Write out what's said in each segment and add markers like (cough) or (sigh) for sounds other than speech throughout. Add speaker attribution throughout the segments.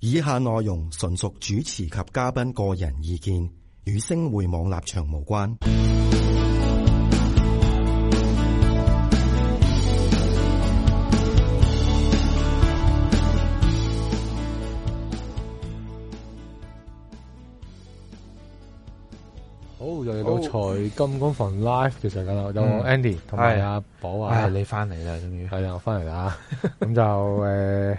Speaker 1: 以下內容純屬主持及嘉賓個人意見，與星匯網立場無關。
Speaker 2: 好，又嚟到財金工房 live 嘅時間啦，有我
Speaker 3: 嗯
Speaker 2: Andy 同埋
Speaker 3: 係
Speaker 2: 阿寶
Speaker 3: 唉，
Speaker 2: 啊，
Speaker 3: 你翻嚟啦，終於
Speaker 2: 係啊，我翻嚟啦， (laughs) 咁就誒，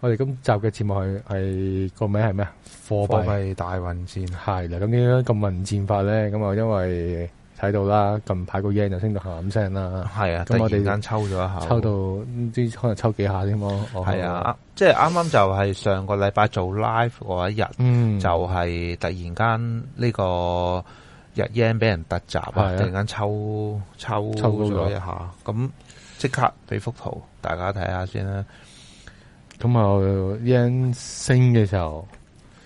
Speaker 2: 我哋今集嘅節目係係個名係咩啊？貨
Speaker 3: 貨
Speaker 2: 幣
Speaker 3: 幣大混戰，
Speaker 2: 係啦，咁點樣咁混戰法咧？咁啊，因為睇到啦，近排個 yen 就升到冚聲啦，
Speaker 3: 係啊，
Speaker 2: 咁
Speaker 3: 咁
Speaker 2: 我
Speaker 3: 我
Speaker 2: 哋
Speaker 3: 哋間抽咗一下，
Speaker 2: 抽到唔知可能抽幾下添咯，哦我
Speaker 3: 係啊，啱即係啱啱就係上個禮拜做 live 嗰一日，
Speaker 2: 嗯，
Speaker 3: 就係突然間呢個日 yen 俾人突襲啊，
Speaker 2: 係啊
Speaker 3: 突然間抽抽
Speaker 2: 抽高咗
Speaker 3: 咗一下，咁即刻俾幅圖大家睇下先啦，
Speaker 2: 咁啊 yen 升嘅時候，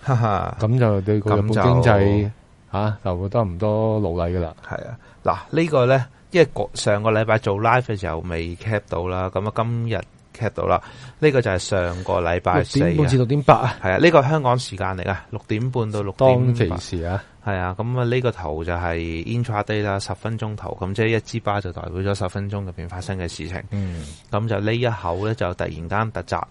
Speaker 3: 哈哈。
Speaker 2: 咁就對個日本
Speaker 3: 咁就
Speaker 2: 經濟嚇就得唔多努力噶啦，
Speaker 3: 系啊，嗱、呢個咧，因為嗰上個禮拜做 live 嘅時候未 cap 到啦，咁啊今日 cap 到啦，呢、個就係上個禮拜
Speaker 2: 六
Speaker 3: 四
Speaker 2: 點半
Speaker 3: 啊
Speaker 2: 至，六點八啊。
Speaker 3: 係啊，呢、個香港時間嚟噶，六點半到六
Speaker 2: 當
Speaker 3: 點
Speaker 2: 其
Speaker 3: 八
Speaker 2: 時啊，
Speaker 3: 係啊，咁啊呢個圖就係 intraday 啦，十分鐘圖，咁即係一支巴就代表咗十分鐘入邊發生嘅事情，
Speaker 2: 嗯，
Speaker 3: 咁就呢一口咧就突然間突襲。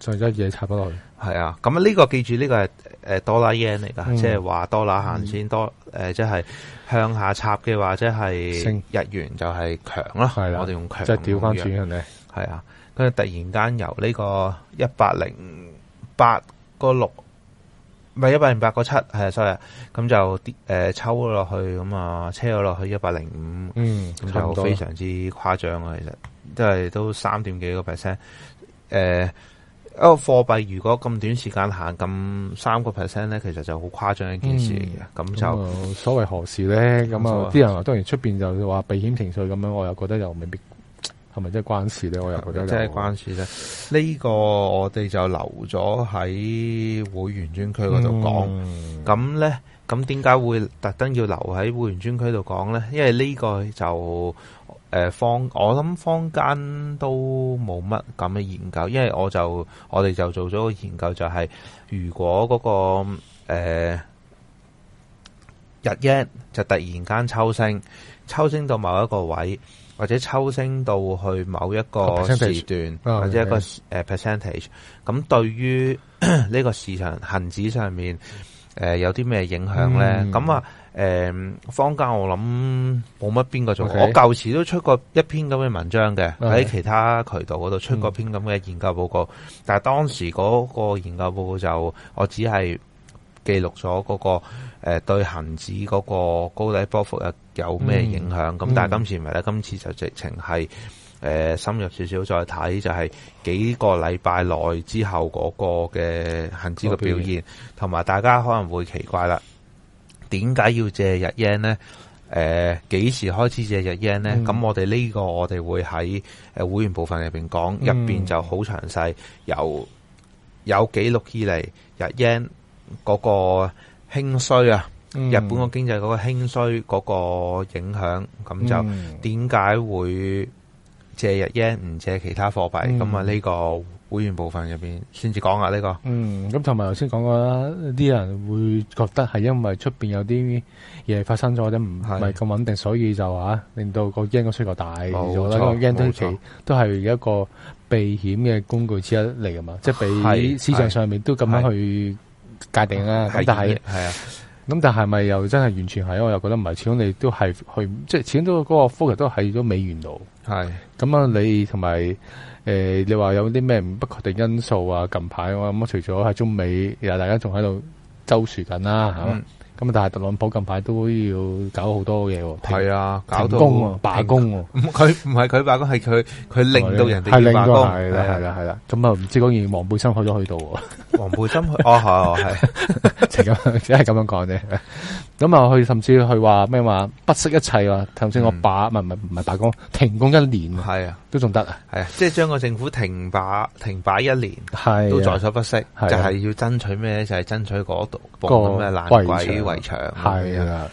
Speaker 2: 再一嘢插咗落去，
Speaker 3: 系啊，咁呢個記住呢個係诶多啦 yen 嚟噶，
Speaker 2: 嗯
Speaker 3: 即係話多啦行先多诶，即係向下插嘅話，即係
Speaker 2: 升
Speaker 3: 日元就係強啦。
Speaker 2: 係啦
Speaker 3: 我哋用強
Speaker 2: 即係調翻轉人哋，
Speaker 3: 系啊，跟住突然間由呢個一百零八個六，唔係一百零八個七，係啊，sorry，啊咁就啲诶抽咗落去，咁啊車咗落去一百零五，
Speaker 2: 嗯，
Speaker 3: 咁
Speaker 2: 差唔
Speaker 3: 就
Speaker 2: 多
Speaker 3: 非
Speaker 2: 啦，
Speaker 3: 常之誇張啊！其實都係都三點幾個 percent。诶、一個貨幣如果咁短時間行咁三個 percent 咧，其實就好誇張一件事嚟嘅。咁、
Speaker 2: 嗯咁
Speaker 3: 就
Speaker 2: 就所謂何事咧？咁
Speaker 3: 冇錯
Speaker 2: 啊，
Speaker 3: 啊
Speaker 2: 啲人話當然出邊就話避險情緒咁樣，我又覺得又未必係咪真係關事咧？我又覺得
Speaker 3: 即係
Speaker 2: 又
Speaker 3: 關事咧。呢、個我哋就留咗喺會員專區嗰度講。
Speaker 2: 嗯
Speaker 3: 咁咧，咁點解會特登要留喺會員專區度講咧？因為呢個就诶、呃坊，我諗坊間都冇乜咁嘅研究，因為我就我哋就做咗個研究、就係如果嗰、個个呃日 yen 就突然間抽升，抽升到某一個位，或者抽升到去某一
Speaker 2: 個
Speaker 3: 個
Speaker 2: percentage
Speaker 3: 時段，
Speaker 2: 啊
Speaker 3: 或者一個
Speaker 2: 明
Speaker 3: 诶 percentage，咁對於 (coughs) 呢個市場恒指上面诶、呃有啲咩影響咧？
Speaker 2: 嗯
Speaker 3: 咁、啊诶、坊間我諗冇乜邊個做
Speaker 2: OK
Speaker 3: 我舊時都出過一篇咁嘅文章嘅，
Speaker 2: 嗯
Speaker 3: 喺其他渠道嗰度出過篇咁嘅研究報告，但係當時嗰個研究報告就我只係記錄咗嗰、個誒、呃、對恆指嗰個高低波幅有有咩影響，咁、
Speaker 2: 嗯
Speaker 3: 但係今次唔係啦，今次就直情係。誒、深入少少再睇，就係、幾個禮拜內之後嗰個嘅恆指嘅表現，同埋大家可能會奇怪啦，點解要借日 yen 呢？呃誒、幾時開始借日 yen 呢？
Speaker 2: 嗯
Speaker 3: 咁、我哋呢個我哋會喺誒會員部分入邊講，
Speaker 2: 嗯
Speaker 3: 入邊就好詳細，由有記錄以嚟日 yen 嗰個興衰啊，
Speaker 2: 嗯
Speaker 3: 日本個經濟嗰個興衰嗰個影響，咁就。
Speaker 2: 嗯
Speaker 3: 點解會借日 yen 唔借其他貨幣？
Speaker 2: 嗯
Speaker 3: 咁啊呢個會員部分入邊先至講啊呢個
Speaker 2: 嗯，咁同埋頭先講過啦，啲人會覺得係因為出邊有啲嘢發生咗，或者唔
Speaker 3: 係
Speaker 2: 係咁穩定，所以就話令到個 yen 嘅需求大咗啦。
Speaker 3: 冇錯
Speaker 2: 因為 yen 都
Speaker 3: 冇
Speaker 2: 其
Speaker 3: 錯
Speaker 2: 都係一個避險嘅工具之一嚟噶嘛，即係俾
Speaker 3: 係
Speaker 2: 市場上面都咁樣
Speaker 3: 係
Speaker 2: 去界定啦。咁但係
Speaker 3: 係啊
Speaker 2: 咁但係咪又真係完全係？我又覺得唔係，始終你都係去即係始終都嗰個 focus 都喺咗美元度。
Speaker 3: 係
Speaker 2: 咁啊，你同埋誒，你話有啲咩唔不確定因素啊？近排我諗，除咗喺中美，又大家仲喺度周旋緊啦，係嘛
Speaker 3: 嗯？
Speaker 2: 咁啊但係特朗普近排都要搞好多嘢喎，停
Speaker 3: 係啊，搞
Speaker 2: 停
Speaker 3: 到
Speaker 2: 工啊，罷工喎，
Speaker 3: 唔佢唔係佢罷工，係佢佢令到人哋
Speaker 2: 係令
Speaker 3: 要罷
Speaker 2: 到
Speaker 3: 工，
Speaker 2: 係啦係啦係啦，咁啊唔知嗰件黃背心去咗去到喎， (laughs)
Speaker 3: 黃背心去哦係哦係
Speaker 2: 就咁樣只係咁樣講啫。咁啊，佢甚至佢話咩話不惜一切啊，頭先我
Speaker 3: 嗯
Speaker 2: 罷唔係唔係唔係罷工，停工一年啊
Speaker 3: 係啊
Speaker 2: 都仲得啊，
Speaker 3: 係啊，即係將個政府停擺停擺一年。
Speaker 2: 係
Speaker 3: 都
Speaker 2: 啊
Speaker 3: 在所不惜，
Speaker 2: 啊
Speaker 3: 就係要爭取咩呢？就係爭取嗰度
Speaker 2: 個
Speaker 3: 咁嘅爛鬼
Speaker 2: 圍牆
Speaker 3: 圍牆，
Speaker 2: 係啊，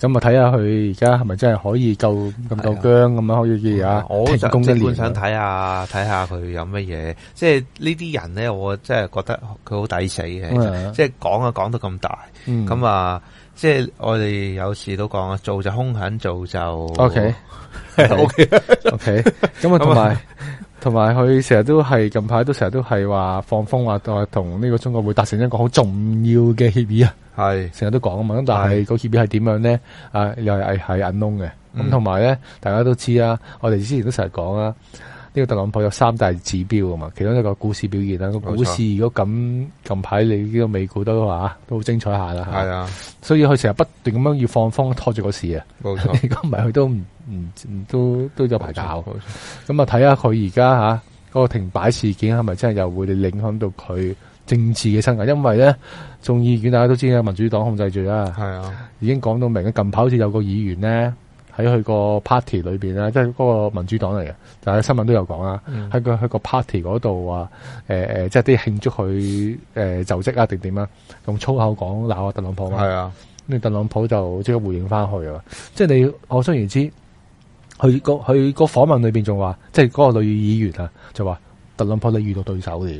Speaker 2: 咁啊睇下佢而家係咪真係可以夠咁夠姜咁樣可以啊
Speaker 3: 我
Speaker 2: 停
Speaker 3: 就
Speaker 2: 工一
Speaker 3: 即
Speaker 2: 年
Speaker 3: 管
Speaker 2: 啊
Speaker 3: 想睇下睇下佢有乜嘢，即係呢啲人咧，我真係覺得佢好抵死嘅，
Speaker 2: 咁啊
Speaker 3: 即係講啊講到咁大，
Speaker 2: 嗯
Speaker 3: 咁啊，即係我哋有時都講啊，做就兇狠，做就
Speaker 2: (laughs) OK
Speaker 3: (laughs) OK，
Speaker 2: OK，咁啊，同埋同埋佢成日都係近排都成日都係話放風話同同呢個中國會達成一個好重要嘅協議啊，
Speaker 3: 係
Speaker 2: 成日都講啊嘛。咁但係個協議係點樣咧？啊，又係係銀窿嘅。咁
Speaker 3: 嗯
Speaker 2: 同埋咧，大家都知啦，我哋之前都成日講啦，呢個特朗普有三大指標啊嘛，其中一個股市表現啊啦。個
Speaker 3: 冇錯
Speaker 2: 股市如果咁近排你呢個美股都話啊都好精彩下啦，
Speaker 3: 係啊，
Speaker 2: 所以佢成日不斷咁樣要放風拖住個市啊。 (laughs)
Speaker 3: 冇錯，
Speaker 2: 如果唔係，佢都唔唔唔都都有排搞。
Speaker 3: 冇錯
Speaker 2: 咁啊，睇下佢而家吓嗰個停擺事件係咪真係又會影響到佢政治嘅生涯？因為咧，眾議院大家都知啊啦，民主黨控制住啦，
Speaker 3: 係啊，
Speaker 2: 已經講到明嘅。近排好似有個議員咧喺佢個 party 裏邊咧，即係嗰個民主黨嚟嘅，但係新聞都有講啦，
Speaker 3: 嗯
Speaker 2: 喺佢喺個 party 嗰度話誒誒，即係啲慶祝佢誒、呃就職啊定點啊，用粗口講鬧啊特朗普啊。
Speaker 3: 係啊，
Speaker 2: 咁特朗普就即刻回應翻去啊！即係你可想而知，佢個佢個訪問裏邊仲話，即係嗰個女議員啊，就話特朗普你遇到對手了，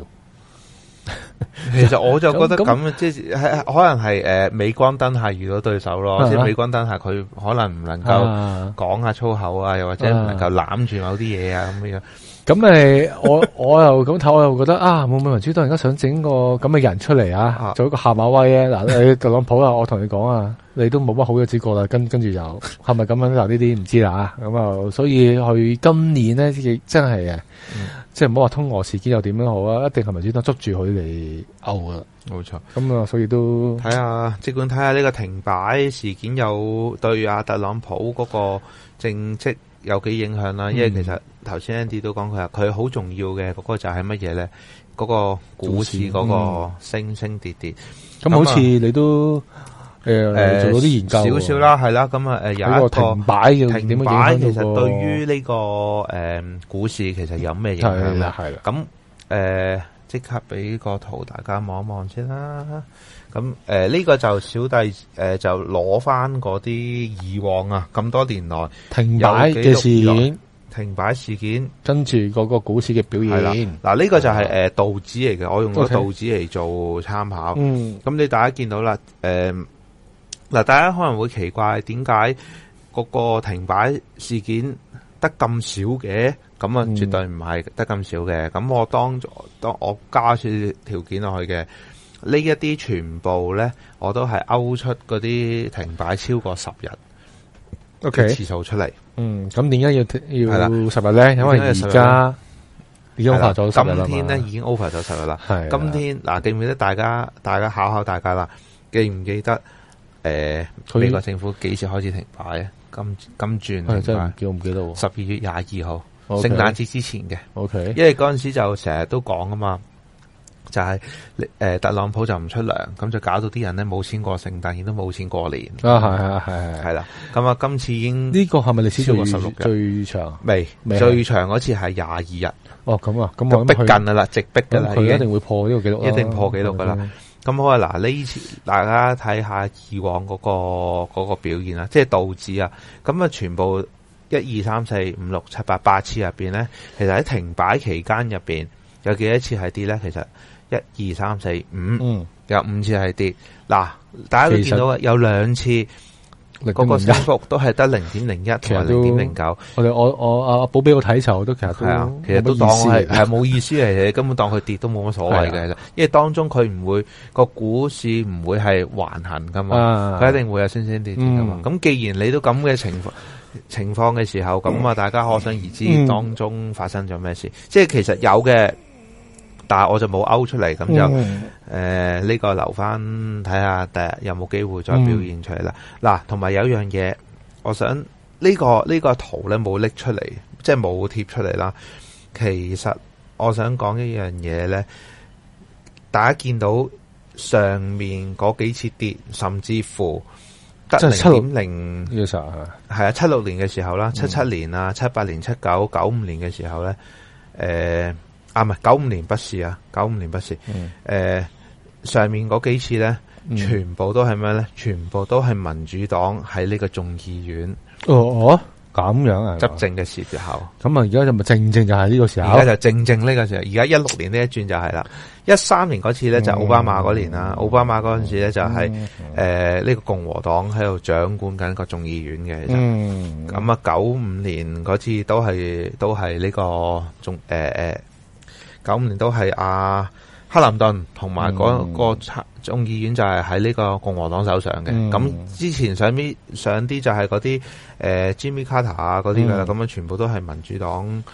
Speaker 3: 其實我就覺得
Speaker 2: 咁
Speaker 3: 咁，即係係可能係誒美光燈下遇到對手
Speaker 2: 係啊
Speaker 3: 咯，即係美光燈下佢可能唔能夠
Speaker 2: 啊！
Speaker 3: 講下粗口啊，又或者唔能夠攬住某啲嘢啊咁樣。
Speaker 2: 咁誒，我 (laughs) 我又咁睇，我又覺得啊，會唔會民主黨而家想整個咁嘅人出嚟啊
Speaker 3: 啊，
Speaker 2: 做一個下馬威咧？嗱，你特朗普啊，我同你講啊，你都冇乜好嘅結果啦，跟跟住就係咪咁樣嗱？呢啲唔知啦嚇咁啊，所以佢今年咧，亦真係嘅
Speaker 3: 嗯，
Speaker 2: 即係唔好話通俄事件又點樣好啊，一定係民主黨捉住佢嚟勾噶啦。
Speaker 3: 冇錯，
Speaker 2: 咁啊，所以都
Speaker 3: 睇下即管睇下呢個停擺事件有對阿特朗普嗰個政績有幾影響啦。
Speaker 2: 嗯
Speaker 3: 因為其實頭先 Andy 都講佢話，佢好重要嘅嗰個就係乜嘢咧？嗰、個股市嗰個
Speaker 2: 嗯
Speaker 3: 升升跌跌，
Speaker 2: 咁
Speaker 3: 咁啊
Speaker 2: 好似你都誒
Speaker 3: 誒
Speaker 2: 做到啲研究喎
Speaker 3: 少少，啦，係啦，咁啊
Speaker 2: 喺
Speaker 3: 誒有
Speaker 2: 個
Speaker 3: 一個
Speaker 2: 停擺嘅點
Speaker 3: 停
Speaker 2: 樣
Speaker 3: 擺，
Speaker 2: 影
Speaker 3: 其
Speaker 2: 響到
Speaker 3: 實
Speaker 2: 個
Speaker 3: 對於呢、個誒、股市其實有咩影響
Speaker 2: 係
Speaker 3: 咧
Speaker 2: 啦？係啦。
Speaker 3: 咁誒，呃即、刻俾個圖大家望一望先啦。咁誒呢個就小弟誒、呃就攞翻嗰啲以往啊咁多年來
Speaker 2: 停擺嘅事件，
Speaker 3: 停擺事件
Speaker 2: 跟住嗰個股市嘅表
Speaker 3: 係啦。
Speaker 2: 現，
Speaker 3: 嗱呢、個就係、誒、道指嚟嘅，我用咗
Speaker 2: OK
Speaker 3: 道指嚟做參考。
Speaker 2: 嗯，
Speaker 3: 咁你大家見到啦，誒、嗱，大家可能會奇怪點解嗰個停擺事件得咁少嘅？咁啊，
Speaker 2: 嗯
Speaker 3: 絕對唔係得咁少嘅。咁我當當我加少少條件落去嘅，呢一啲全部咧，我都係勾出嗰啲停擺超過十日
Speaker 2: OK，
Speaker 3: 嘅次數出嚟。
Speaker 2: 嗯，咁點解要
Speaker 3: 係啦
Speaker 2: 要十日咧？因為而家已經
Speaker 3: 係
Speaker 2: 發
Speaker 3: 啦
Speaker 2: 咗十日啦嘛
Speaker 3: 今天咧，已經 over 咗十日啦。
Speaker 2: 係啦啊
Speaker 3: 今天嗱，記唔記得大家大家考考大家啦？記唔記得誒、呃
Speaker 2: 佢
Speaker 3: 美國政府幾時開始停擺啊？今今
Speaker 2: 係
Speaker 3: 轉
Speaker 2: 真
Speaker 3: 停
Speaker 2: 係唔
Speaker 3: 擺，
Speaker 2: 記唔記得喎
Speaker 3: 十二月廿二號，
Speaker 2: OK
Speaker 3: 聖誕節之前嘅，
Speaker 2: ？OK，
Speaker 3: 因為嗰陣時就成日都講啊嘛，就係、你呃特朗普就唔出糧，咁就搞到啲人咧冇錢過聖誕，亦都冇錢過年，
Speaker 2: 啊係係係係，
Speaker 3: 係啦。咁啊，今次已經
Speaker 2: 呢個係咪歷史
Speaker 3: 超過
Speaker 2: 最
Speaker 3: 16嘅
Speaker 2: 最長？
Speaker 3: 未
Speaker 2: 未係
Speaker 3: 最長嗰次係廿二日，
Speaker 2: 哦咁啊，咁
Speaker 3: 就
Speaker 2: 我
Speaker 3: 逼
Speaker 2: 諗
Speaker 3: 近
Speaker 2: 佢
Speaker 3: 㗎啦，直逼㗎啦，
Speaker 2: 咁
Speaker 3: 已
Speaker 2: 佢一
Speaker 3: 經。
Speaker 2: 定會破呢個紀錄啦，
Speaker 3: 一定破紀錄㗎啦咁好啊！嗱，呢次大家睇下以往嗰、個嗰、個表現啦，即係道指啊，咁啊全部一二三四五六七八八次入邊咧，其實喺停擺期間入邊有幾多次係跌咧？其實一二三四五
Speaker 2: 嗯，
Speaker 3: 有五次係跌。嗱，大家都
Speaker 2: 其實
Speaker 3: 見到啊，有兩次
Speaker 2: 零
Speaker 3: 嗰個
Speaker 2: 點
Speaker 3: 升
Speaker 2: 零一
Speaker 3: 幅都係得零點零一同埋
Speaker 2: 其實都
Speaker 3: 零點零九，
Speaker 2: 我哋我我阿阿寶俾我睇嘅時候，我都其實都
Speaker 3: 係啊，其實都當
Speaker 2: 冇
Speaker 3: 我
Speaker 2: 乜意思
Speaker 3: 係
Speaker 2: 啊
Speaker 3: 係冇意思嚟嘅，根本當佢跌都冇乜所謂嘅，其實因為當中佢唔會個股市唔會係橫行噶嘛。
Speaker 2: 啊嗯
Speaker 3: 佢一定會有升升跌跌噶嘛。咁、既然你都咁嘅情況情況嘅時候，咁啊，大家可想而
Speaker 2: 嗯
Speaker 3: 知當中發生咗咩事。即係其實有嘅，但係我就冇勾出嚟，咁就誒呢、
Speaker 2: 嗯
Speaker 3: 呃個留翻睇下第日有冇機會再表現出嚟啦。
Speaker 2: 嗯
Speaker 3: 嗱、同埋有樣嘢，我想呢、個呢、個圖咧冇拎出嚟，即係冇貼出嚟啦。其實我想講一樣嘢咧，大家見到上面嗰幾次跌，甚至乎得
Speaker 2: 即係七六
Speaker 3: 零點零
Speaker 2: 呢個時候係
Speaker 3: 係啊，七六年嘅時候啦，七七年啊，七八年、七九、九五年嘅時候呃咧，誒、啊唔係九五年不是啊，九五年不是，誒、
Speaker 2: 嗯
Speaker 3: 上面嗰幾次咧，
Speaker 2: 嗯
Speaker 3: 全部都係咩呢？全部都係民主黨喺呢個眾議院
Speaker 2: 哦哦，咁樣啊，
Speaker 3: 執政嘅時候。
Speaker 2: 咁啊，而家就咪正正就係呢個時候
Speaker 3: 而，家就正正呢個時候，而家一六年呢一轉就係啦，一三年嗰次呢，就係奧巴馬嗰年啦，奧巴馬嗰陣時咧就係诶呢個共和黨喺度掌管緊個眾議院嘅，其實
Speaker 2: 嗯，
Speaker 3: 咁啊九五年嗰次都係都係呢個眾诶诶九五年都係阿克林頓同埋嗰
Speaker 2: 嗯
Speaker 3: 個參眾議院就係喺呢個共和黨手上嘅，
Speaker 2: 嗯
Speaker 3: 咁、之前上邊上啲就係嗰啲诶 Jimmy Carter 啊嗰啲噶啦，
Speaker 2: 嗯
Speaker 3: 咁樣全部都係民主黨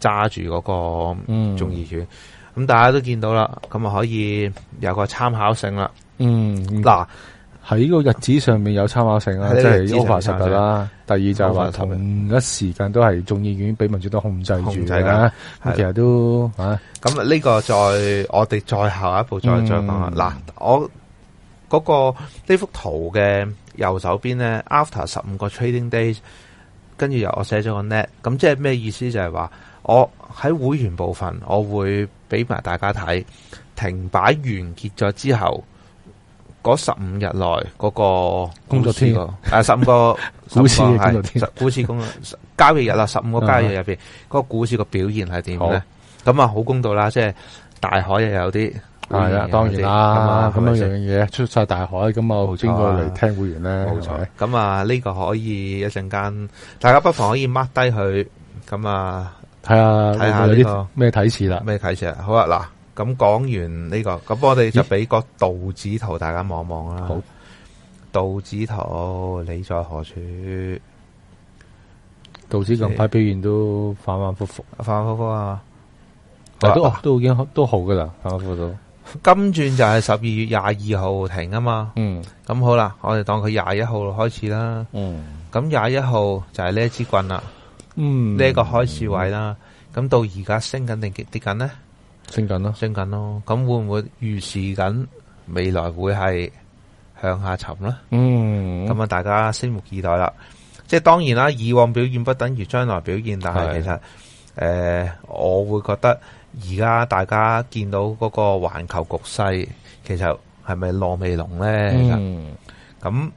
Speaker 3: 揸住嗰個
Speaker 2: 嗯
Speaker 3: 眾議院，咁、大家都見到啦，咁啊可以有個參考性啦。
Speaker 2: 嗯，嗱
Speaker 3: 嗱、
Speaker 2: 喺呢個日子上面有參考性啦，
Speaker 3: 喺
Speaker 2: 即
Speaker 3: 呢個日
Speaker 2: 係
Speaker 3: 子上
Speaker 2: over
Speaker 3: 面
Speaker 2: 十日啦。第二就係話
Speaker 3: over 十日
Speaker 2: 同一時間都係眾議院俾民主黨控制
Speaker 3: 控
Speaker 2: 住
Speaker 3: 制
Speaker 2: 啦
Speaker 3: 㗎，
Speaker 2: 咁
Speaker 3: 係
Speaker 2: 其實都啊，
Speaker 3: 咁呢個再我哋再下一步再
Speaker 2: 嗯
Speaker 3: 再講啦。嗱、我嗰、個呢幅圖嘅右手邊咧，after 十五個 trading days，跟住又我寫咗個 net，咁即係咩意思？就係話我喺會員部分，我會俾埋大家睇停擺完結咗之後。嗰十五日內嗰個
Speaker 2: 工作天
Speaker 3: 股市個，啊誒十五個
Speaker 2: (laughs) 股市嘅
Speaker 3: 15個
Speaker 2: 工作天
Speaker 3: 係股市工交易日啦，十五個交易日入邊，嗰個股市個表現係點咧？咁啊，好公道啦，即係大海又有啲，
Speaker 2: 係啦，當
Speaker 3: 當
Speaker 2: 然啦，咁啊
Speaker 3: 咁啊
Speaker 2: 樣
Speaker 3: 樣
Speaker 2: 樣嘢出晒大海，咁啊，
Speaker 3: 冇錯
Speaker 2: 邊
Speaker 3: 啊
Speaker 2: 個嚟聽會員咧？
Speaker 3: 冇
Speaker 2: 係
Speaker 3: 錯
Speaker 2: 咪。
Speaker 3: 咁啊，呢個可以一陣間，大家不妨可以 mark 低佢，咁啊，
Speaker 2: 睇
Speaker 3: 睇
Speaker 2: 下
Speaker 3: 下
Speaker 2: 會唔會有
Speaker 3: 呢
Speaker 2: 啲
Speaker 3: 個
Speaker 2: 咩提示啦。
Speaker 3: 咩啟示啊？好啊，嗱，咁講完呢、個，咁我哋就俾個道指圖大家望望啦。
Speaker 2: 好，
Speaker 3: 道指圖你在何處？
Speaker 2: 道指近排表現都反反覆覆，
Speaker 3: 范科科啊，
Speaker 2: 但係都
Speaker 3: 好啊
Speaker 2: 都已經都好噶啦，反反覆覆都。
Speaker 3: 今轉就係十二月廿二號停啊嘛。
Speaker 2: 嗯
Speaker 3: 咁好啦，我哋當佢廿一號開始啦。
Speaker 2: 嗯
Speaker 3: 咁廿一號就係呢一支棍啦，
Speaker 2: 嗯，
Speaker 3: 呢、一個開市位啦。咁到而家升緊定跌緊呢？
Speaker 2: 升緊啦。
Speaker 3: 升緊咯。咁會唔會預示緊未來會係向下沉呢？
Speaker 2: 嗯，
Speaker 3: 咁啊，大家拭目以待啦。即係當然啦，以往表現不等於將來表現，但係
Speaker 2: 係
Speaker 3: 其實诶、呃我會覺得而家大家見到嗰個環球局勢，其實係咪浪未龍呢？其實
Speaker 2: 嗯
Speaker 3: 咁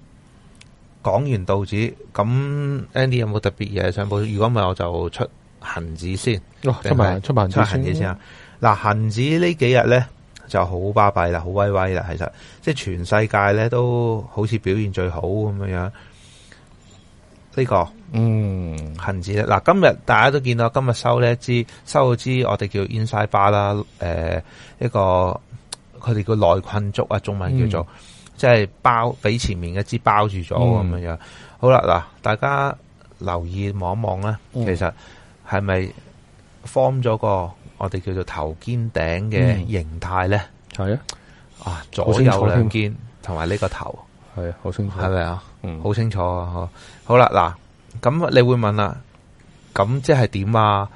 Speaker 3: 講完道指，咁 Andy 有冇特別嘢想補充？如果唔係，我就出恒指先，
Speaker 2: 哦，出埋出埋
Speaker 3: 出恒指先啊。嗱，恒指呢幾日咧就好巴閉啦，好威威啦，其實即係全世界咧都好似表現最好咁樣樣。呢、個
Speaker 2: 嗯，
Speaker 3: 恒指咧，嗱今日大家都見到，今日收呢一支收咗支我哋叫 inside bar 啦，誒、一個佢哋叫內困竹啊，中文叫做、即係包俾前面一支包住咗咁
Speaker 2: 嗯
Speaker 3: 樣樣。好啦，嗱大家留意望一望咧，
Speaker 2: 嗯
Speaker 3: 其實係咪 form 咗個我哋叫做頭肩頂
Speaker 2: 嗯
Speaker 3: 嘅形態咧？
Speaker 2: 係啊，
Speaker 3: 啊，
Speaker 2: 好
Speaker 3: 左
Speaker 2: 清楚
Speaker 3: 右兩肩同埋呢個頭
Speaker 2: 係啊，好清楚，
Speaker 3: 係咪啊？
Speaker 2: 嗯，
Speaker 3: 好清楚啊！好好啦，嗱，咁你會問啦，咁即係點啊？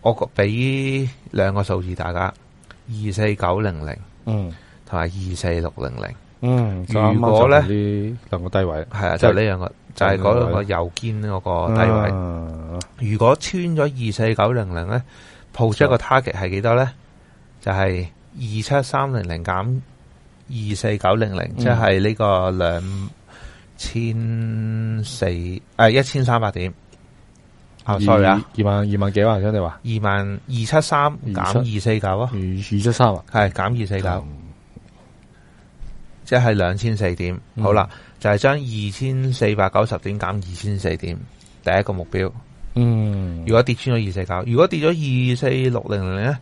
Speaker 3: 我個俾兩個數字大家，二四九零零
Speaker 2: 嗯
Speaker 3: 同埋二四六零零，
Speaker 2: 嗯，
Speaker 3: 如果呢
Speaker 2: 呢兩個低位
Speaker 3: 係啊，
Speaker 2: 即係
Speaker 3: 就呢兩個，就係嗰兩個右肩嗰個哦低位。
Speaker 2: 位，
Speaker 3: 如果穿咗二四九零零咧，pull 出一個 target 係幾多咧？就係二七三零零減二四九零零，
Speaker 2: 嗯
Speaker 3: 即係呢個兩千四誒一千三百點。啊
Speaker 2: 二
Speaker 3: ，sorry 啊，，
Speaker 2: 二萬二萬幾萬，想你話
Speaker 3: 二萬二七三減二四九啊
Speaker 2: 二，二七三啊，
Speaker 3: 係減二四九，即係兩千四點。
Speaker 2: 嗯
Speaker 3: 好啦，就係將二千四百九十點減二千四點，第一個目標。
Speaker 2: 嗯，
Speaker 3: 如果跌穿咗二四九，如果跌咗二四六零零咧，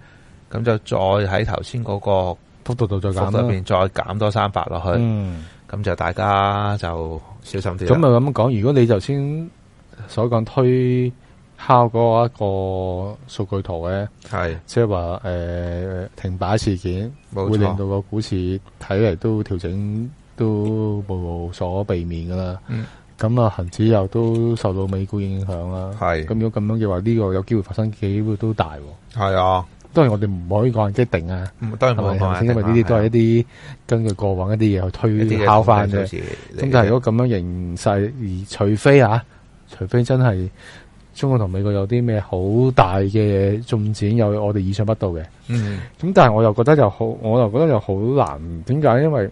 Speaker 3: 咁就再喺頭先嗰個
Speaker 2: 幅度度再
Speaker 3: 幅度入
Speaker 2: 減啦，
Speaker 3: 邊再減多三百落去，咁、
Speaker 2: 嗯。
Speaker 3: 就大家就小心啲
Speaker 2: 咁
Speaker 3: 啦。
Speaker 2: 啊咁講，如果你頭先所講推敲嗰一個數據圖咧，
Speaker 3: 係
Speaker 2: 即係話誒停擺事件，
Speaker 3: 冇
Speaker 2: 會令
Speaker 3: 錯，
Speaker 2: 到個股市睇嚟都調整都無所避免噶啦
Speaker 3: 嗯。
Speaker 2: 咁啊，恒指又都受到美股影響啦。
Speaker 3: 係
Speaker 2: 咁如果咁樣嘅話，呢、個有機會發生機會都大喎。
Speaker 3: 係啊，
Speaker 2: 當然我哋唔可以講人機定啊，
Speaker 3: 嗯
Speaker 2: 係
Speaker 3: 當然冇
Speaker 2: 咪
Speaker 3: 講
Speaker 2: 頭
Speaker 3: 啊
Speaker 2: 先？因為呢啲都係一啲根據過往一啲嘢
Speaker 3: 一
Speaker 2: 去
Speaker 3: 啲
Speaker 2: 推
Speaker 3: 嘅
Speaker 2: 敲翻啫
Speaker 3: 統計。數字嚟嘅
Speaker 2: 咁但係如果咁樣形勢，而除非啊，除非真係中國同美國有啲咩好大嘅進展，有我哋意想不到嘅。
Speaker 3: 嗯
Speaker 2: 咁但係我又覺得又好，我又覺得又好難。點解？因為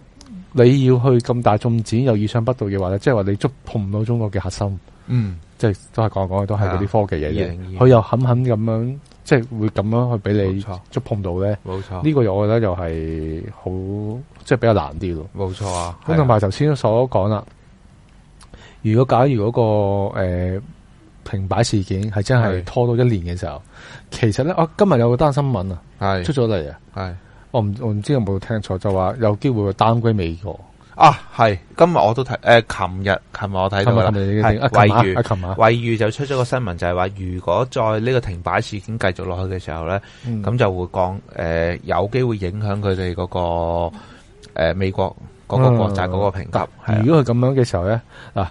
Speaker 2: 你要去咁大眾展又意想不到嘅話咧，即係話你觸碰唔到中國嘅核心，
Speaker 3: 嗯，
Speaker 2: 即係都係講嚟講去都係嗰啲科技
Speaker 3: 二
Speaker 2: 嘢啫。
Speaker 3: 零二
Speaker 2: 佢，又狠狠咁樣，即係會咁樣去俾
Speaker 3: 冇
Speaker 2: 你
Speaker 3: 錯，
Speaker 2: 觸碰到咧。
Speaker 3: 冇錯，
Speaker 2: 呢個我覺得又係好即係比較難啲咯。
Speaker 3: 冇錯啊，
Speaker 2: 咁同埋頭先所講啦，如果假如嗰、個、呃、停擺事件係真係
Speaker 3: 係
Speaker 2: 拖到一年嘅時候，其實咧，我、今日有個單新聞啊
Speaker 3: 係
Speaker 2: 出
Speaker 3: 係
Speaker 2: 咗嚟啊，
Speaker 3: 係
Speaker 2: 我唔我唔知有冇聽錯，就話有機會會單歸美國。
Speaker 3: 啊，係今日我都睇，诶，琴日琴日我睇
Speaker 2: 係
Speaker 3: 到
Speaker 2: 咪
Speaker 3: 啦，
Speaker 2: 係咪你嘅
Speaker 3: 係
Speaker 2: 定啊琴
Speaker 3: 惠譽
Speaker 2: 啊啊琴啊，
Speaker 3: 惠譽就出咗個新聞，就係話如果再呢個停擺事件繼續落去嘅時候咧，
Speaker 2: 嗯
Speaker 3: 咁就會降诶、呃有機會影響佢哋嗰個诶、呃美國嗰個
Speaker 2: 嗯
Speaker 3: 國債嗰個評級，係啊
Speaker 2: 如果佢咁樣嘅時候咧，嗱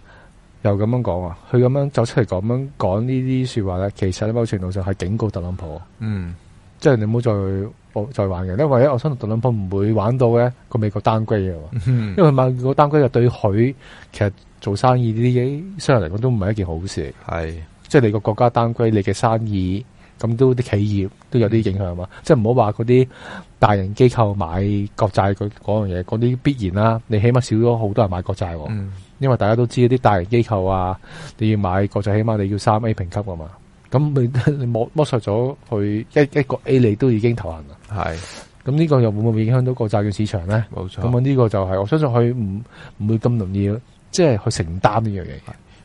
Speaker 2: 又咁樣講啊，佢咁樣走出嚟咁樣講呢啲说話咧，其實咧某程度上係警告特朗普。
Speaker 3: 嗯
Speaker 2: 即係你唔好再再玩嘅，因為咧，我相信特朗普唔會玩到咧個美國單歸嘅喎，
Speaker 3: 嗯
Speaker 2: 因為美國單歸就對佢其實做生意呢啲嘢，商人嚟講都唔係一件好事嚟。
Speaker 3: 係
Speaker 2: 即係你個國家單歸，你嘅生意咁都啲企業都有啲影響嘛。即係唔好話嗰啲大型機構買國債嗰嗰樣嘢，嗰啲必然啦。你起碼少咗好多人買國債喎，
Speaker 3: 嗯
Speaker 2: 因為大家都知啲大型機構啊，你要買國債，起碼你要三 A 評級啊嘛。咁 (laughs) 你你剝剝削咗佢一一個 A，你都已經頭痕啦。
Speaker 3: 係
Speaker 2: 咁呢個又會唔會影響到個債券市場咧？
Speaker 3: 冇錯。
Speaker 2: 咁啊，呢個就係、我相信佢唔唔會咁容易，即係去承擔呢樣嘢。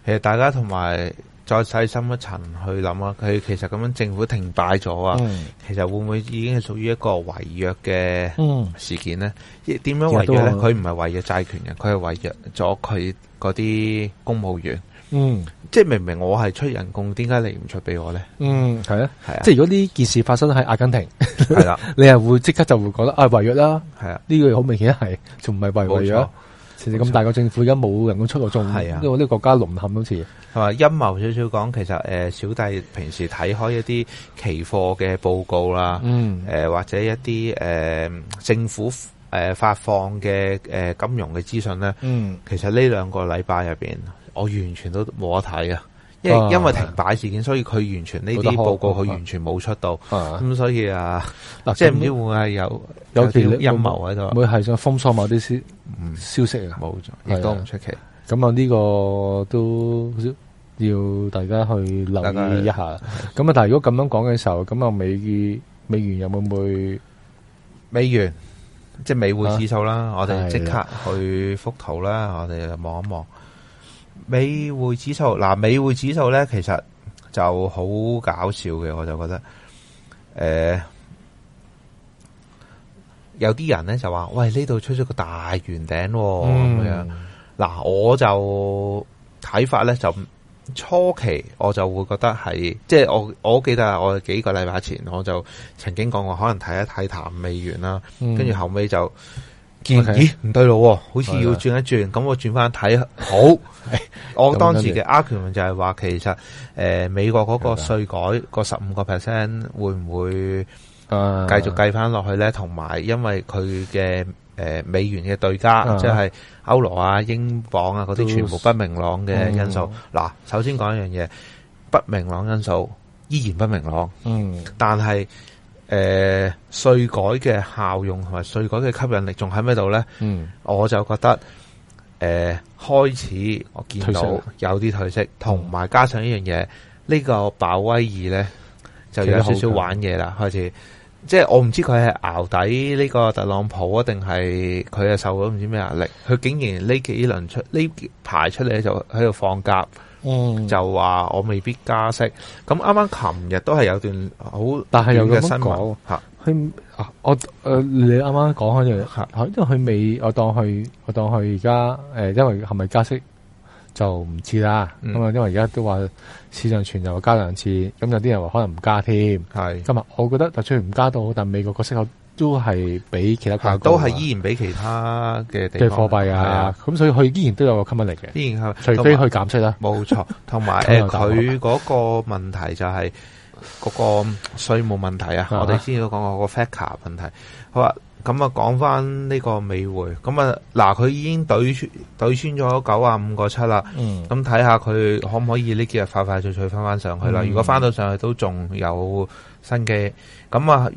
Speaker 3: 其實大家同埋再細心一層去諗啊，佢其實咁樣政府停擺咗啊，
Speaker 2: 嗯
Speaker 3: 其實會唔會已經係屬於一個違約嘅
Speaker 2: 嗯
Speaker 3: 事件呢？亦點樣違約
Speaker 2: 亦
Speaker 3: 咧？
Speaker 2: 都
Speaker 3: 佢唔係違約債權人，佢係違約咗佢嗰啲公務員。
Speaker 2: 嗯
Speaker 3: 即係明明我係出人工，點解你唔出俾我咧？
Speaker 2: 嗯，係啊。
Speaker 3: 係啊，
Speaker 2: 即係如果呢件事發生喺阿根廷， (laughs)
Speaker 3: 係啦，
Speaker 2: 你係會即刻就會覺得啊違約啦，
Speaker 3: 係啊，
Speaker 2: 呢、個好明顯係仲唔係違
Speaker 3: 冇
Speaker 2: 違
Speaker 3: 錯
Speaker 2: 約？。成日咁大個政府而家冇人工出路，仲
Speaker 3: 係啊
Speaker 2: 因為呢個國家淪陷好似。
Speaker 3: 同埋陰謀少少講，其實诶、呃小弟平時睇開一啲期貨嘅報告啦，
Speaker 2: 嗯
Speaker 3: 诶、或者一啲诶、呃政府诶、呃、發放嘅诶、呃金融嘅資訊咧，
Speaker 2: 嗯
Speaker 3: 其實呢兩個禮拜入边，我完全都冇得睇啊！因
Speaker 2: 啊
Speaker 3: 為因為停擺事件，所以佢完全呢
Speaker 2: 冇得
Speaker 3: 啲
Speaker 2: 開
Speaker 3: 報告佢
Speaker 2: 啊
Speaker 3: 完全冇出到，
Speaker 2: 啊，
Speaker 3: 咁所以啊，
Speaker 2: 嗱
Speaker 3: 即係唔知會唔會係有
Speaker 2: 有
Speaker 3: 有啲
Speaker 2: 權力
Speaker 3: 陰謀喺度啊，
Speaker 2: 會係想封鎖某啲
Speaker 3: 嗯
Speaker 2: 消消息啊。
Speaker 3: 冇咗，亦都唔出奇。
Speaker 2: 咁啊，呢個都要大家去留
Speaker 3: 大家
Speaker 2: 意一下。咁啊，但係如果咁樣講嘅時候，咁啊美美元又會唔會
Speaker 3: 美元即系美匯指數啦，我哋
Speaker 2: 係
Speaker 3: 即刻去幅圖啦，我哋就望一望美匯指數。嗱，美匯指數咧，其實就好搞笑嘅，我就覺得诶。呃有啲人咧就話：，喂，呢度出咗個大圓頂喎，
Speaker 2: 嗯
Speaker 3: 咁、樣。嗱，我就睇法咧就初期我就會覺得係，即係我我記得啊我幾個禮拜前我就曾經講過，可能睇一睇淡美元啦，
Speaker 2: 嗯？
Speaker 3: 跟住後尾就見
Speaker 2: OK
Speaker 3: 咦唔對路喎，好似
Speaker 2: 係
Speaker 3: 要
Speaker 2: 啦
Speaker 3: 轉一轉，咁我轉翻睇
Speaker 2: (laughs)
Speaker 3: 好。我當時嘅 argument 就係話，其實誒、呃美國嗰個稅改個十五個 percent 會唔會？
Speaker 2: 啊
Speaker 3: 繼續計翻落去咧，同埋因為佢嘅誒美元嘅對價，
Speaker 2: 啊
Speaker 3: 即係歐羅啊、英鎊啊嗰
Speaker 2: 都嗯
Speaker 3: 啲，全部不明朗嘅因素。嗱、首先講一樣嘢，不明朗因素依然不明朗，
Speaker 2: 嗯
Speaker 3: 但係誒税改嘅效用同埋税改嘅吸引力仲喺咩度咧？
Speaker 2: 嗯
Speaker 3: 我就覺得誒、呃、開始我見到
Speaker 2: 褪色
Speaker 3: 有啲退色，同埋加上一樣嘢，呢、個鮑威爾呢，就有少
Speaker 2: 其
Speaker 3: 少
Speaker 2: 實好
Speaker 3: 玩嘢啦，開始。即係我唔知佢係熬底呢個特朗普啊，定係佢係受咗唔知咩壓力？佢竟然呢幾輪出呢排出嚟就喺度放鴿，
Speaker 2: 嗯
Speaker 3: 就話我未必加息。咁啱啱琴日都係有段好
Speaker 2: 但係又咁
Speaker 3: 短嘅
Speaker 2: 樣
Speaker 3: 新聞
Speaker 2: 講
Speaker 3: 嚇，
Speaker 2: 佢啊，我誒、呃你啱啱講開樣
Speaker 3: 嚇
Speaker 2: 嘢，因為佢未，我當佢，我當佢而家誒，呃因為係咪加息就唔知啦。
Speaker 3: 嗯
Speaker 2: 咁啊、因為而家都話市場傳就話加兩次，咁有啲人話可能唔加添。
Speaker 3: 係
Speaker 2: 今日我覺得就算唔加到，但美國個息口都係比其他國家高
Speaker 3: 都
Speaker 2: 啊
Speaker 3: 係依然比其他嘅地
Speaker 2: 嘅貨
Speaker 3: 方
Speaker 2: 幣
Speaker 3: 係
Speaker 2: 啊，咁所以佢依然都有個吸引力嘅，
Speaker 3: 依然係
Speaker 2: 除非佢減息啦。
Speaker 3: (laughs) 冇錯，
Speaker 2: (laughs)
Speaker 3: 同埋
Speaker 2: 咁
Speaker 3: 誒
Speaker 2: 又大鑊
Speaker 3: 佢嗰個問題就係嗰個稅務問題啊，
Speaker 2: 啊
Speaker 3: 我哋之前都講過個 factor 問題。好啊，咁啊講翻呢個美匯，咁啊嗱，佢已經對穿對穿咗九啊五個七啦，
Speaker 2: 嗯
Speaker 3: 咁睇下佢可唔可以呢幾日快快脆脆翻翻上去啦。
Speaker 2: 嗯
Speaker 3: 如果翻到上去都仲有新機，咁啊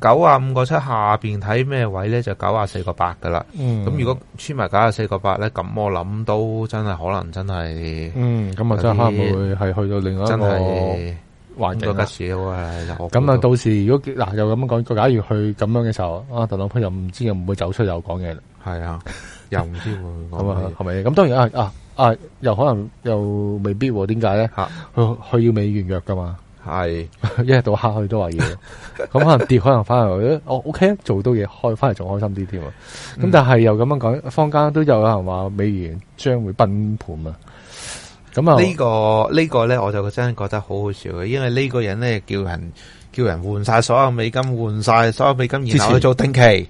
Speaker 3: 九啊五個七下邊睇咩位咧，就九啊四個八噶啦。
Speaker 2: 嗯，
Speaker 3: 咁如果穿埋九啊四個八咧，咁我諗都真係可能真係
Speaker 2: 嗯，咁啊真係可能會係去到另外一
Speaker 3: 真
Speaker 2: 個
Speaker 3: 係
Speaker 2: 環境
Speaker 3: 咁多
Speaker 2: 啦。
Speaker 3: 吉兆啊！係啦我
Speaker 2: 咁啊，
Speaker 3: 估
Speaker 2: 到時如果嗱又咁講，假如佢咁樣嘅時候，啊特朗普又唔知又唔會走出又講嘢啦，
Speaker 3: 係啊，又唔知會唔會
Speaker 2: 咁
Speaker 3: 講乜
Speaker 2: 啊
Speaker 3: 嘢
Speaker 2: 係咪？咁當然啊啊啊，又可能又未必喎，點解咧？
Speaker 3: 嚇
Speaker 2: 佢佢要美元弱噶嘛， (laughs)
Speaker 3: 係
Speaker 2: 一日到黑佢都
Speaker 3: (laughs)
Speaker 2: 話要，咁可能跌，可能翻嚟，誒哦 OK，做到嘢開翻嚟仲開心啲添啊！咁
Speaker 3: 嗯
Speaker 2: 但係又咁樣講，坊間都有人話美元將會崩盤啊！咁啊，
Speaker 3: 呢個呢個咧，我就真係覺得好好笑嘅，因為呢個人咧叫人叫人換晒所有美金，換晒所有美金，然後去做定期。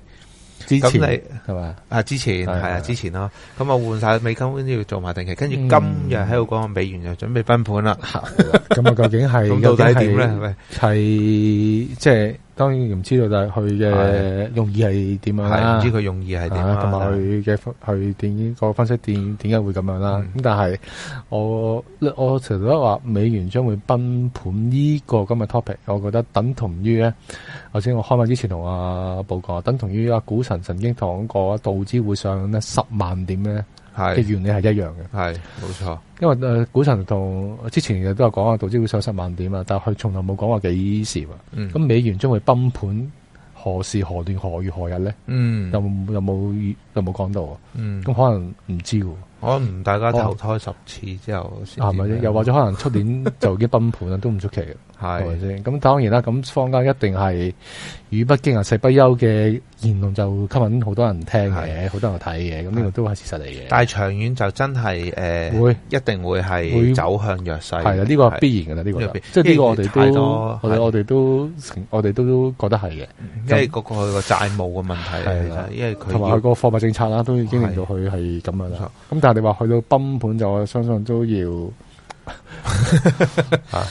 Speaker 2: 之
Speaker 3: 咁
Speaker 2: 前
Speaker 3: 你
Speaker 2: 係
Speaker 3: (laughs)
Speaker 2: 咪啊？
Speaker 3: 啊，之前
Speaker 2: 係
Speaker 3: 係
Speaker 2: 係
Speaker 3: 啊，
Speaker 2: 係
Speaker 3: 之前咯，咁啊換晒美金，跟住做埋定期，跟住今
Speaker 2: 嗯
Speaker 3: 日喺度講美元就準備崩盤啦。
Speaker 2: 咁啊，究竟係
Speaker 3: 咁到底點咧？
Speaker 2: 咧？
Speaker 3: 係咪？
Speaker 2: 係即係當然唔知道，但係佢嘅
Speaker 3: 係
Speaker 2: 用意係點樣
Speaker 3: 係唔
Speaker 2: 啦
Speaker 3: 知？佢用意係點
Speaker 2: 啊
Speaker 3: 啦
Speaker 2: 同埋佢嘅分佢點個分析點點解會咁樣啦？咁、
Speaker 3: 嗯
Speaker 2: 但係我我除咗話美元將會崩盤呢個咁嘅 topic，我覺得等同於咧，頭先我開麥之前同阿寶講，等同於阿股神曾經講過，道指會上咧十萬點咧嘅
Speaker 3: 係
Speaker 2: 原理係一樣嘅。
Speaker 3: 係冇錯，
Speaker 2: 因為誒、呃股神同之前亦都有講啊，道指會上十萬點啊，但係佢從來冇講話幾時喎。
Speaker 3: 嗯
Speaker 2: 咁美元將會崩盤，何時何段何月何日咧？
Speaker 3: 嗯
Speaker 2: 有冇有冇有冇講到啊？
Speaker 3: 嗯，
Speaker 2: 咁可能唔知喎，
Speaker 3: 可能大家投胎十次之後先
Speaker 2: 啊係咪？又或者可能出年 (laughs) 就已經崩盤啦，都唔出奇嘅，係咪
Speaker 3: 係
Speaker 2: 先？咁當然啦，咁坊間一定係語不驚人死不休嘅言論就吸引好多人聽嘅，好多人睇嘅，咁呢個都係事實嚟嘅。
Speaker 3: 但係長遠就真係誒，
Speaker 2: 會
Speaker 3: 一定會
Speaker 2: 會
Speaker 3: 係走向弱勢。
Speaker 2: 係啦，啊呢個係必然嘅啦，呢
Speaker 3: 呢
Speaker 2: 個
Speaker 3: 個必
Speaker 2: 即係呢個我
Speaker 3: 因為
Speaker 2: 哋
Speaker 3: 太
Speaker 2: 都
Speaker 3: 多
Speaker 2: 我哋
Speaker 3: 係
Speaker 2: 我哋都承我哋都覺得係嘅，
Speaker 3: 因為嗰個佢個債務嘅問題
Speaker 2: 係
Speaker 3: 嚟
Speaker 2: 啦
Speaker 3: 嘅，因為佢
Speaker 2: 同埋佢
Speaker 3: 要
Speaker 2: 個貨幣政策啦，都已經令到佢係咁樣
Speaker 3: 冇錯
Speaker 2: 啦。咁但係你話去到崩盤就，我相信都要啊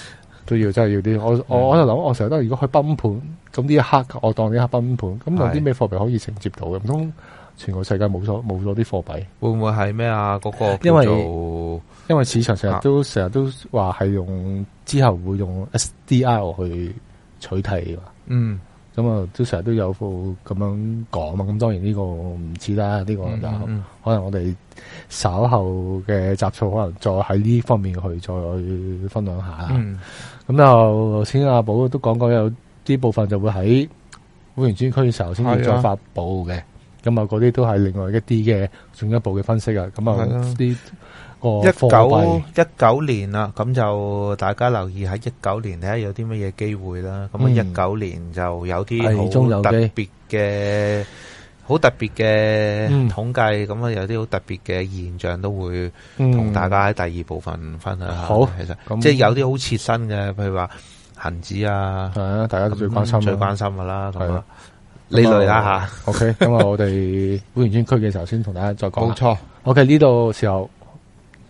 Speaker 2: 都要真係要啲。我我我就諗，我成日都如果去崩盤，咁呢一刻我當呢一刻崩盤，咁有啲
Speaker 3: 係
Speaker 2: 咩貨幣可以承接到嘅？唔通全個世界冇咗冇咗啲貨幣？
Speaker 3: 會唔會係咩啊？嗰個
Speaker 2: 因為
Speaker 3: 叫做
Speaker 2: 因為市場成日
Speaker 3: 啊
Speaker 2: 都成日都話係用之後會用 SDR 去取替嘛。
Speaker 3: 嗯
Speaker 2: 咁啊，都成日都有副咁樣講啊。咁當然呢個唔知啦，呢、個
Speaker 3: 嗯
Speaker 2: 就
Speaker 3: 嗯嗯
Speaker 2: 可能我哋稍後嘅集數，可能再喺呢方面去再去分享下啦。
Speaker 3: 嗯
Speaker 2: 咁就頭先阿寶都講過，有啲部分就會喺會員專區嘅時候先至
Speaker 3: 係
Speaker 2: 再
Speaker 3: 啊
Speaker 2: 發布嘅。咁啊，嗰啲都係另外一啲嘅進一步嘅分析啊。咁啊
Speaker 3: 係啊，
Speaker 2: 啲個
Speaker 3: 一
Speaker 2: 貨幣
Speaker 3: 九一九年啦，咁就大家留意喺一九年睇下有啲乜嘢機會啦。咁啊，
Speaker 2: 嗯
Speaker 3: 一九年就有
Speaker 2: 危
Speaker 3: 啲
Speaker 2: 中有
Speaker 3: 好
Speaker 2: 機
Speaker 3: 特別嘅。好特別嘅
Speaker 2: 嗯
Speaker 3: 統計，咁啊有啲好特別嘅現象都會
Speaker 2: Ừ.
Speaker 3: 同大家喺第二部分分享下。
Speaker 2: 好
Speaker 3: 其實
Speaker 2: 咁
Speaker 3: 即係有啲好切身嘅，譬如話恒指啊，
Speaker 2: 係啊，大家都最關
Speaker 3: 咁
Speaker 2: 心
Speaker 3: 嗯最
Speaker 2: 啦
Speaker 3: 關心噶啦，咁
Speaker 2: 係
Speaker 3: 啊
Speaker 2: 啊
Speaker 3: 呢類啦
Speaker 2: O K，咁啊，我哋會員專區嘅時候先同大家再
Speaker 3: 吓，
Speaker 2: 講啦。
Speaker 3: 錯，
Speaker 2: O K，呢度時候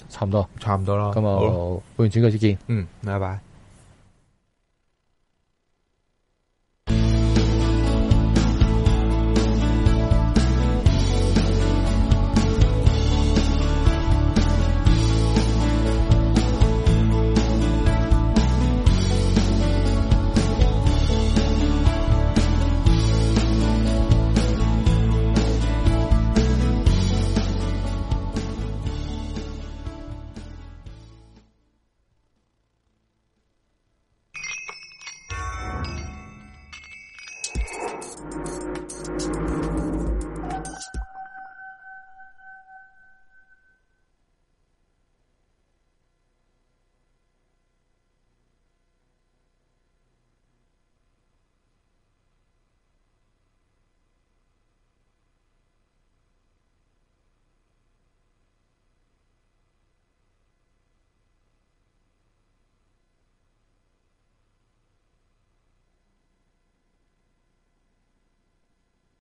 Speaker 2: 差唔多，
Speaker 3: 差唔多啦，
Speaker 2: 咁
Speaker 3: 好啦，
Speaker 2: 啊，會員專區再見。
Speaker 3: 嗯，拜拜。